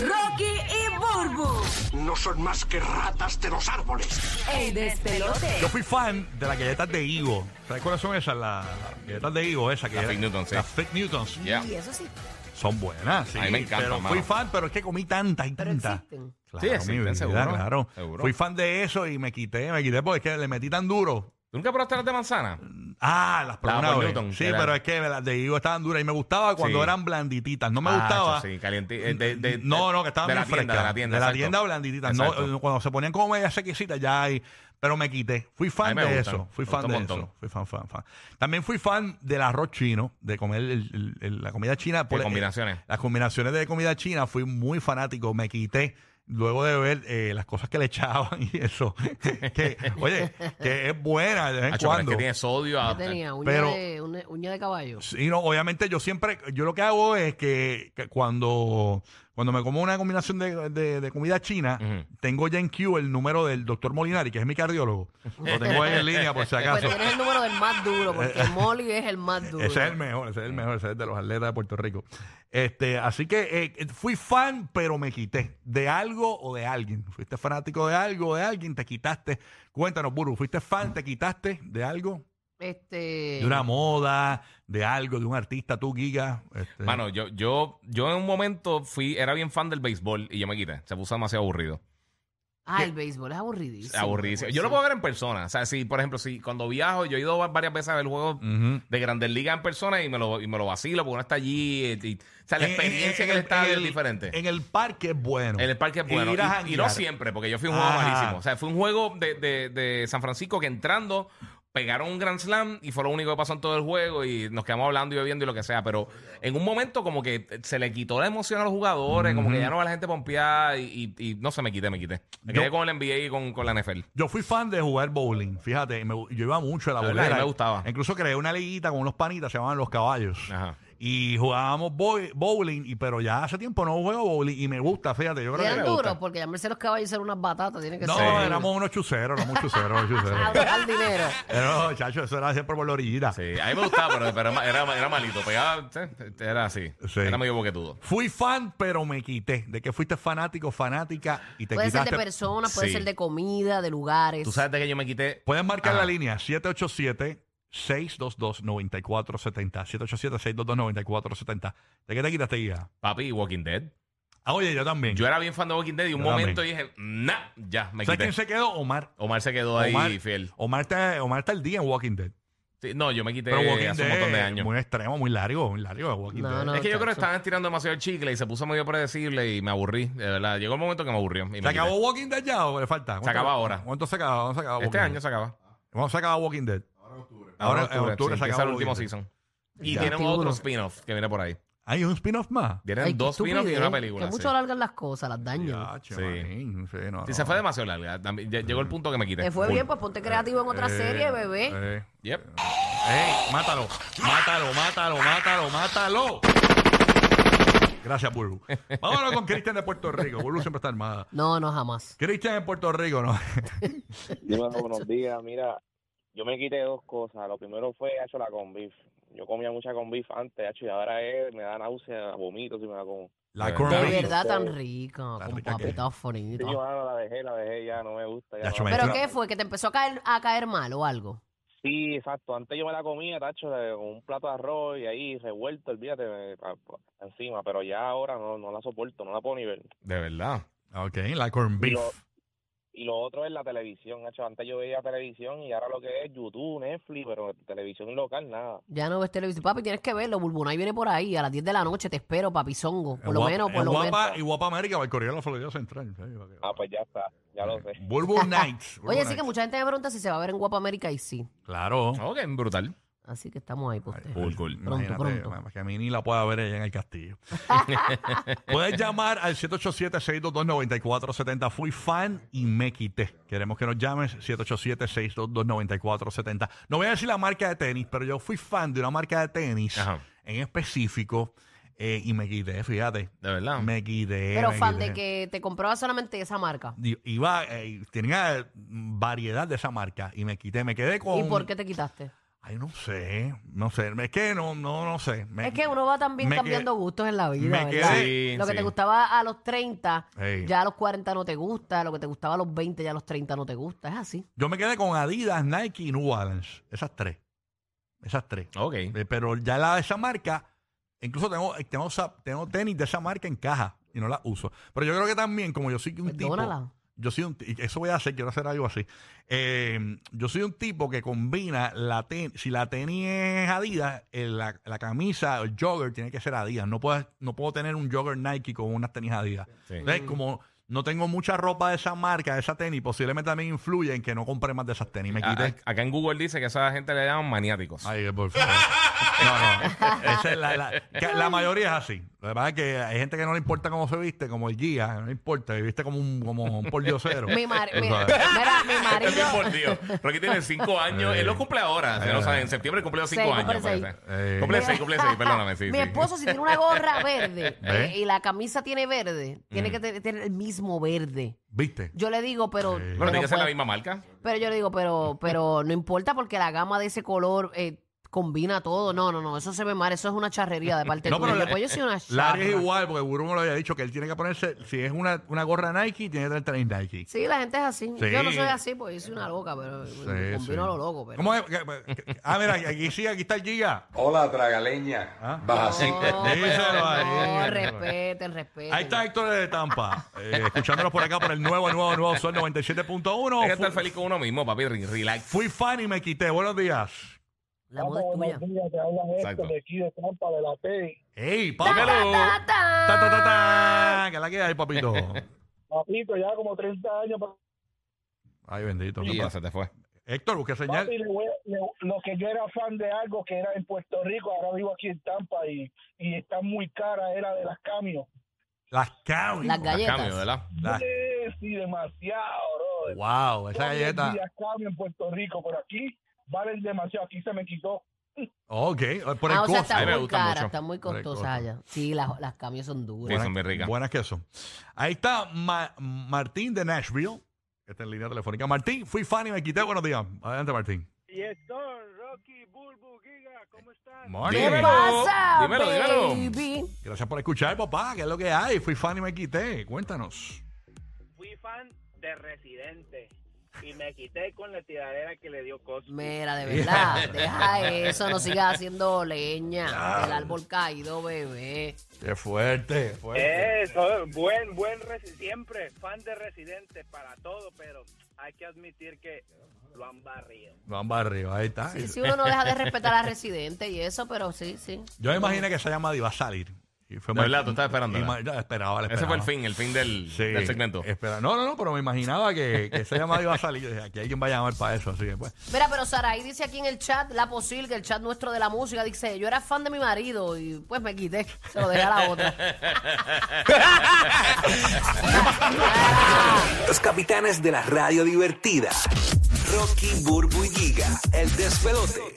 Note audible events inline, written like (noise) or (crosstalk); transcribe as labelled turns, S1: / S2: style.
S1: Rocky y Burbu.
S2: No son más que ratas de los árboles.
S1: El despelote.
S3: Yo fui fan de las galletas de higo. ¿Sabes cuáles son esas? Las galletas de higo, esas que
S4: Las
S3: eran-
S4: Fake Newtons, sí.
S3: Las Fake Newtons.
S4: Yeah.
S5: Y eso sí.
S3: Son buenas, sí.
S4: A mí me encantan,
S3: Pero
S4: mano.
S3: fui fan, pero es que comí tantas y
S5: Pero
S3: tantas.
S5: existen.
S3: Claro,
S4: Sí, existen,
S3: mi vida,
S4: seguro,
S3: claro.
S4: seguro.
S3: Fui fan de eso y me quité, me quité porque es que le metí tan duro.
S4: ¿Tú nunca probaste las de manzana?
S3: Ah, las probé
S4: Las
S3: una
S4: por
S3: vez.
S4: Newton,
S3: Sí,
S4: eran.
S3: pero es que me las de higo estaban duras y me gustaba cuando
S4: Sí.
S3: eran blandititas. No me
S4: Ah,
S3: gustaba.
S4: eso sí, calienti- eh, de- de-
S3: no,
S4: de-
S3: no, que estaban
S4: de la
S3: bien
S4: tienda,
S3: frescas.
S4: de la tienda,
S3: De la
S4: exacto.
S3: tienda blandititas. No,
S4: Exacto.
S3: eh, cuando se ponían como media sequicitas, ya hay. Pero me quité. Fui
S4: A
S3: fan
S4: mí me
S3: de
S4: gustan.
S3: eso. Fui
S4: Me
S3: fan
S4: gusta
S3: de
S4: un montón.
S3: eso. Fui fan, fan, fan. También fui fan del arroz chino, de comer el- el- el- la comida china. por- eh,
S4: combinaciones.
S3: Las combinaciones de comida china. Fui muy fanático. Me quité. Luego de ver eh, las cosas que le (laughs) echaban y eso. que, oye, que es buena de vez en
S4: Hacho, pero es
S3: cuando.
S4: que tiene sodio. a-
S5: Yo tenía uña,
S3: Pero-
S5: de, una- uña de caballo.
S3: Sí, no, obviamente yo siempre, yo lo que hago es que, que cuando, cuando me como una combinación de, de- de comida china,
S4: Ujú.
S3: tengo ya en queue el número del doctor Molinari, que es mi cardiólogo. Lo tengo ahí en línea por si
S5: Pues
S3: acaso.
S5: tienes el número del más duro, porque Molly es el más duro.
S3: Eh, Ese es el mejor, ese es el mejor, ese es de los atletas de Puerto Rico. Este, así que eh, fui fan, pero me quité de algo o de alguien. Fuiste fanático de algo o de alguien, te quitaste. Cuéntanos, Buru, ¿fuiste fan, te quitaste de algo?
S5: Este.
S3: De una moda, de algo, de un artista, tú, Giga. este.
S4: Mano, yo, yo, yo en un momento fui, era bien fan del béisbol y yo me quité. Se puso demasiado aburrido.
S5: Ah, el béisbol es aburridísimo.
S4: aburridísimo. Yo
S5: Sí.
S4: lo puedo ver en persona. O sea, si, por ejemplo, si cuando viajo, yo he ido varias veces a ver juegos
S3: Ujú.
S4: de Grandes Ligas en persona y me lo, y me lo vacilo porque uno está allí. eh, y- o sea, la
S3: En-
S4: experiencia
S3: en- en
S4: que le está
S3: el-
S4: es diferente.
S3: En el parque es bueno.
S4: En el parque es bueno.
S3: Ir a
S4: Y, y no
S3: janguear.
S4: siempre, porque yo fui a un juego
S3: Ajá.
S4: malísimo. O sea, fue un juego de, de- de San Francisco que entrando pegaron un Grand Slam y fue lo único que pasó en todo el juego y nos quedamos hablando y bebiendo y lo que sea. Pero en un momento como que se le quitó la emoción a los jugadores, como que ya no va la gente pompeada y, y- y no se me quité, me quité. Me
S3: Yo-
S4: quedé con el NBA y con, con la NFL.
S3: Yo fui fan de jugar bowling, fíjate, me- yo iba mucho a la
S4: La verdad,
S3: bolera.
S4: a mí me gustaba.
S3: Incluso creé una liguita con unos panitas, se llamaban Los Caballos.
S4: Ajá.
S3: Y jugábamos boy- bowling, y, pero ya hace tiempo no juego bowling y me gusta, fíjate, yo
S5: Y
S3: creo que
S5: eran
S3: me
S5: duros,
S3: gusta.
S5: porque llamarse los caballos eran unas batatas, tiene que
S3: No,
S5: ser.
S3: éramos unos chuceros, éramos chuceros, unos
S5: (laughs) A
S3: chuceros.
S5: ahorrar dinero.
S3: Pero, chacho, eso era siempre por la orillita.
S4: Sí, a mí me gustaba, pero, pero era, era- era malito. Pegaba, era así.
S3: Sí.
S4: Era medio boquetudo.
S3: Fui fan, pero me quité. De que fuiste fanático, fanática, y (laughs) te
S5: Puede ser
S3: quitaste.
S5: de personas, puede
S4: Sí.
S5: ser de comida, de lugares.
S4: Tú sabes de que yo me quité
S3: Pueden marcar
S4: Ajá.
S3: la línea 787 622 9470 787 622 9470 ¿De qué te quitaste guía?
S4: Papi y Walking Dead.
S3: Ah, oye, yo también.
S4: Yo era bien fan de Walking Dead y un
S3: Yo también.
S4: momento dije, nah, ya, me
S3: ¿Sabes
S4: quité.
S3: quién se quedó? Omar.
S4: Omar se quedó ahí
S3: Omar,
S4: fiel.
S3: Omar, está, Omar está el día en Walking Dead.
S4: Sí, no, yo me quité
S3: Pero Walking
S4: hace
S3: Dead
S4: un montón de años.
S3: muy extremo, muy largo, muy largo de Walking
S5: No,
S3: Dead.
S5: no.
S4: es que yo creo que
S5: chacho.
S4: estaban estirando demasiado el chicle y se puso medio predecible y me aburrí. De verdad, llegó el momento que me aburrió. y me
S3: ¿Se
S4: quité.
S3: acabó Walking Dead ya o le falta? ¿Cuánto-
S4: acaba ahora.
S3: ¿Cuánto se acaba? ¿Cuándo se acaba
S4: Este
S3: Walking
S4: año
S3: Dead?
S4: se acaba.
S3: ¿Cuándo se acaba Walking Dead? Ahora, en octubre
S4: sí,
S3: se
S4: que
S3: acaba
S4: es el último
S3: Walking Dead.
S4: season. Y
S5: Ya.
S4: tenemos
S5: 21.
S4: otro spin-off que viene por ahí.
S3: ¿Hay un spin-off más?
S4: Tienen
S5: Ay, qué
S4: dos spin-offs y
S5: estupidez,
S4: una película.
S5: Que
S4: sí.
S5: mucho alargan las cosas, las dañan.
S3: Ya, che,
S4: Sí.
S3: manín, sí, no,
S4: Sí,
S3: no.
S4: se fue demasiado larga. También- ya- Llegó el punto que me quité.
S5: Te fue
S4: Full.
S5: bien, pues ponte creativo en otra
S3: Eh,
S5: serie, bebé.
S3: eh.
S4: Yep.
S3: ¡Ey! ¡Mátalo! ¡Mátalo, mátalo, mátalo, mátalo! Gracias, Burbu. Vámonos con Cristian de Puerto Rico. Burbu siempre está armada.
S5: No, no, jamás.
S3: Cristian de Puerto Rico, ¿no?
S5: (laughs)
S6: Dímelo, buenos días. Mira, yo me quité dos cosas. Lo primero fue, hecho la con beef. Yo comía mucha con beef antes, hecho, y ahora es, me da náusea, vomito si me la como.
S3: La
S4: De
S3: corned
S5: De
S3: beef.
S5: verdad tan rica,
S3: Tan
S5: con
S3: rica que-
S5: papitas
S6: Sí,
S5: fritas.
S6: yo mano, la dejé, la dejé, ya no me gusta.
S3: Ya,
S6: Ya
S3: yo
S6: no
S3: me-
S6: la-
S5: ¿Pero
S3: Mentira.
S5: qué fue? ¿Que te empezó a caer, a caer mal o algo?
S6: Sí, exacto. Antes yo me la comía, tacho, de- con un plato de arroz y ahí revuelto, olvídate, me- pa- pa- encima. Pero ya ahora no, no la soporto, no la puedo ni ver.
S4: De verdad.
S3: Ok, la corned beef.
S6: Lo- Y lo otro es la televisión, hecho. Antes yo veía televisión y ahora lo que es YouTube, Netflix, pero televisión local, nada.
S5: Ya no ves televisión. Papi, tienes que verlo. Bulbunay viene por ahí. A las 10 de la noche te espero, papizongo. Por
S3: En
S5: lo
S3: Guapa-
S5: menos, por
S3: en
S5: lo menos.
S3: Guapa, Y Guapa América, Valcoría de la Florida Central. Sí, va que-
S6: Ah, pues ya está, ya lo sé.
S3: Burbu Nights. Burbu
S5: Oye, sí que
S3: Nights.
S5: mucha gente me pregunta si se va a ver en Guapa América y sí.
S3: Claro.
S4: Ok, brutal.
S5: Así que estamos ahí, pues.
S4: Cool, cool.
S5: Pronto,
S3: Imagínate,
S5: pronto.
S3: mamá, que a mí ni la pueda ver ella en el castillo. Puedes llamar al 787-622-9470. Fui fan y me quité. Queremos que nos llames 787-622-9470. No voy a decir la marca de tenis, pero yo fui fan de una marca de tenis
S4: Ajá.
S3: en específico eh, y me quité, fíjate.
S4: De verdad.
S3: Me quité.
S5: Pero
S3: me
S5: fan
S3: quité.
S5: de que te compraba solamente esa marca.
S3: Di- Iba, eh, tenía variedad de esa marca y me quité. Me quedé con.
S5: ¿Y por qué te quitaste?
S3: Ay, no sé, no sé. Es que no, no, no sé. Me-
S5: Es que uno va también
S3: me quedé-
S5: cambiando gustos en la vida,
S3: me
S5: ¿verdad?
S4: quedé-
S5: lo que
S4: Sí,
S5: te
S4: sí.
S5: gustaba a los 30,
S3: Ey.
S5: ya a los 40 no te gusta, lo que te gustaba a los 20, ya a los 30 no te gusta, es así.
S3: Yo me quedé con Adidas, Nike y New Balance. Esas tres. Esas tres.
S4: Ok.
S3: Eh, Pero ya la de esa marca, incluso tengo, eh, tengo, sa- tengo tenis de esa marca en caja y no las uso. Pero yo creo que también, como yo soy un
S5: Perdónala.
S3: tipo. Yo soy un ti- y eso voy a hacer, quiero hacer algo así. Eh, yo soy un tipo que combina la tenis, si la tenis es Adidas, eh, la, la camisa, el jogger tiene que ser Adidas. No puedo, no puedo tener un jogger Nike con unas tenis Adidas.
S4: Sí.
S3: Entonces, como no tengo mucha ropa de esa marca, de esa tenis, posiblemente también influye en que no compre más de esas tenis. Me
S4: A-
S3: quité.
S4: a- acá en Google dice Ah, que a esa gente le llaman maniáticos.
S3: Ay, por
S4: (laughs)
S3: favor. No, no. Esa es la, la- que la mayoría es así. Lo que pasa es que hay gente que no le importa cómo se viste, como el guía, no le importa, que viste como un, como un pordiosero.
S5: Mi, mar-
S3: (laughs)
S5: mi-
S3: Tú sabes.
S5: mira, mi
S4: Este es bien
S5: marido.
S4: mordido. Rocky
S3: (laughs)
S4: tiene cinco años. Él lo cumple ahora. Se lo saben. En septiembre cumplió cinco
S5: Seis,
S4: años.
S5: cumple seis.
S4: parece. Cumple seis, cumple seis. Perdóname. Sí,
S5: mi
S4: sí.
S5: esposo, si tiene una
S3: (laughs)
S5: gorra verde
S3: ¿Ve?
S5: eh, y la camisa tiene verde, tiene
S3: Mm.
S5: que te- tener el mismo verde.
S3: ¿Viste?
S5: Yo le digo, pero.
S3: Bueno,
S4: Bueno,
S5: pero
S4: tiene que ser la
S5: pues-
S4: misma marca.
S5: Pero yo le digo, pero, pero no importa porque la gama de ese color eh, combina todo. No, no, no, eso se ve mal, eso es una charrería de parte
S3: (laughs) No,
S5: tuya.
S3: pero la-
S5: Pues yo soy una
S3: Larry es
S5: charra.
S3: igual, porque Burú me lo había dicho, que él tiene que ponerse, si es una, una gorra Nike, tiene que tener tenis Nike.
S5: Sí, la gente es así.
S3: Sí.
S5: Yo no soy así, pues yo soy una loca, pero
S3: Sí,
S5: me combino
S3: sí.
S5: a lo loco. Pero...
S3: ¿Cómo es? ¿Qué- qué- qué- Ah, mira, aquí sí, aquí está el Giga.
S7: Hola, tragaleña.
S3: Ah.
S7: Bajacito.
S5: No,
S3: (laughs) Díselo
S5: no,
S3: ahí.
S5: respeten, respeten.
S3: Ahí está Héctor de Tampa, eh, escuchándonos por acá por el nuevo, nuevo, nuevo Sol 97.1.
S4: Hay que estar
S3: Fu-
S4: feliz con uno mismo, papi. Re- Relax.
S3: Fui fan y me quité. Buenos días.
S5: La moda es tuya.
S8: días, te habla
S4: Exacto.
S8: Héctor de aquí de Tampa, de la T.
S3: ¡Ey,
S5: Ta,
S3: papá!
S5: ta, ta, ta.
S3: Ta, ta, ta, ta. Que la que
S5: (laughs)
S3: hay, papito.
S8: Papito, ya como 30 años, papi,
S3: Ay, bendito. ¿qué
S4: Y ya
S3: pasa?
S4: se te fue.
S3: Héctor, busqué señal.
S8: le voy- le- lo que yo era fan de algo que era en Puerto Rico, ahora vivo aquí en Tampa y, y está muy cara, era de las camios.
S3: Las cabinas.
S5: Las galletas.
S4: Cambio, ¿verdad?
S3: Las-
S8: Sí, demasiado, bro.
S3: Wow, esa galleta.
S8: Las camio en Puerto Rico, pero aquí valen demasiado, aquí se me quitó.
S3: Ok, eh, por el
S5: ah, o sea,
S3: costo.
S4: A
S5: están
S4: mí me
S5: muy
S4: gustan
S5: caras,
S4: mucho.
S5: están muy
S3: Por el
S5: costosas
S3: costo.
S5: allá. Sí, las, las cambios son duras.
S4: Sí, son bien ricas.
S3: Buenas que son. Ahí está Ma- Martín de Nashville. que Está en línea telefónica. Martín, fui fan y me quité. Buenos días. Adelante, Martín.
S8: Y Héctor, Rocky, Bulbu, Giga, ¿cómo están?
S3: Morning.
S5: ¿Qué
S4: Dímelo,
S5: pasa,
S4: dímelo, dímelo.
S5: baby?
S3: Gracias por escuchar, papá. ¿Qué es lo que hay? Fui fan y me quité. Cuéntanos.
S8: Fui fan de Residente y me quité con la tiradera que le dio Cosby.
S5: Mira, de
S4: (laughs)
S5: verdad, deja eso, no sigas haciendo leña. El árbol caído, bebé.
S3: Qué fuerte. fuerte.
S8: Eso, buen, buen, resi- siempre fan de Residente para todo, pero hay que admitir que lo han barrido.
S3: Van para arriba. Ahí está.
S5: Sí, sí, uno no
S4: (laughs)
S5: deja de respetar a Residente y eso, pero sí, sí.
S3: Yo me imaginé que esa llamada iba a salir. Y fue
S4: De verdad, tú estabas esperándola.
S3: y ma- yo la esperaba, la
S4: Ese fue el
S3: esperaba.
S4: fin, el fin del,
S3: Sí.
S4: del segmento.
S3: Espera. No, no, no, pero me imaginaba que, que esa llamada iba a salir. Yo dije, aquí alguien va a llamar para eso. Así que, pues.
S5: Mira, pero Saraí dice aquí en el chat, la posible, el chat nuestro de la música, dice, yo era fan de mi marido y pues me quité, se lo dejé a la (laughs)
S4: (laughs)
S5: otra.
S9: Los capitanes de la radio divertida. Rocky, Burbu y Giga, el despelote.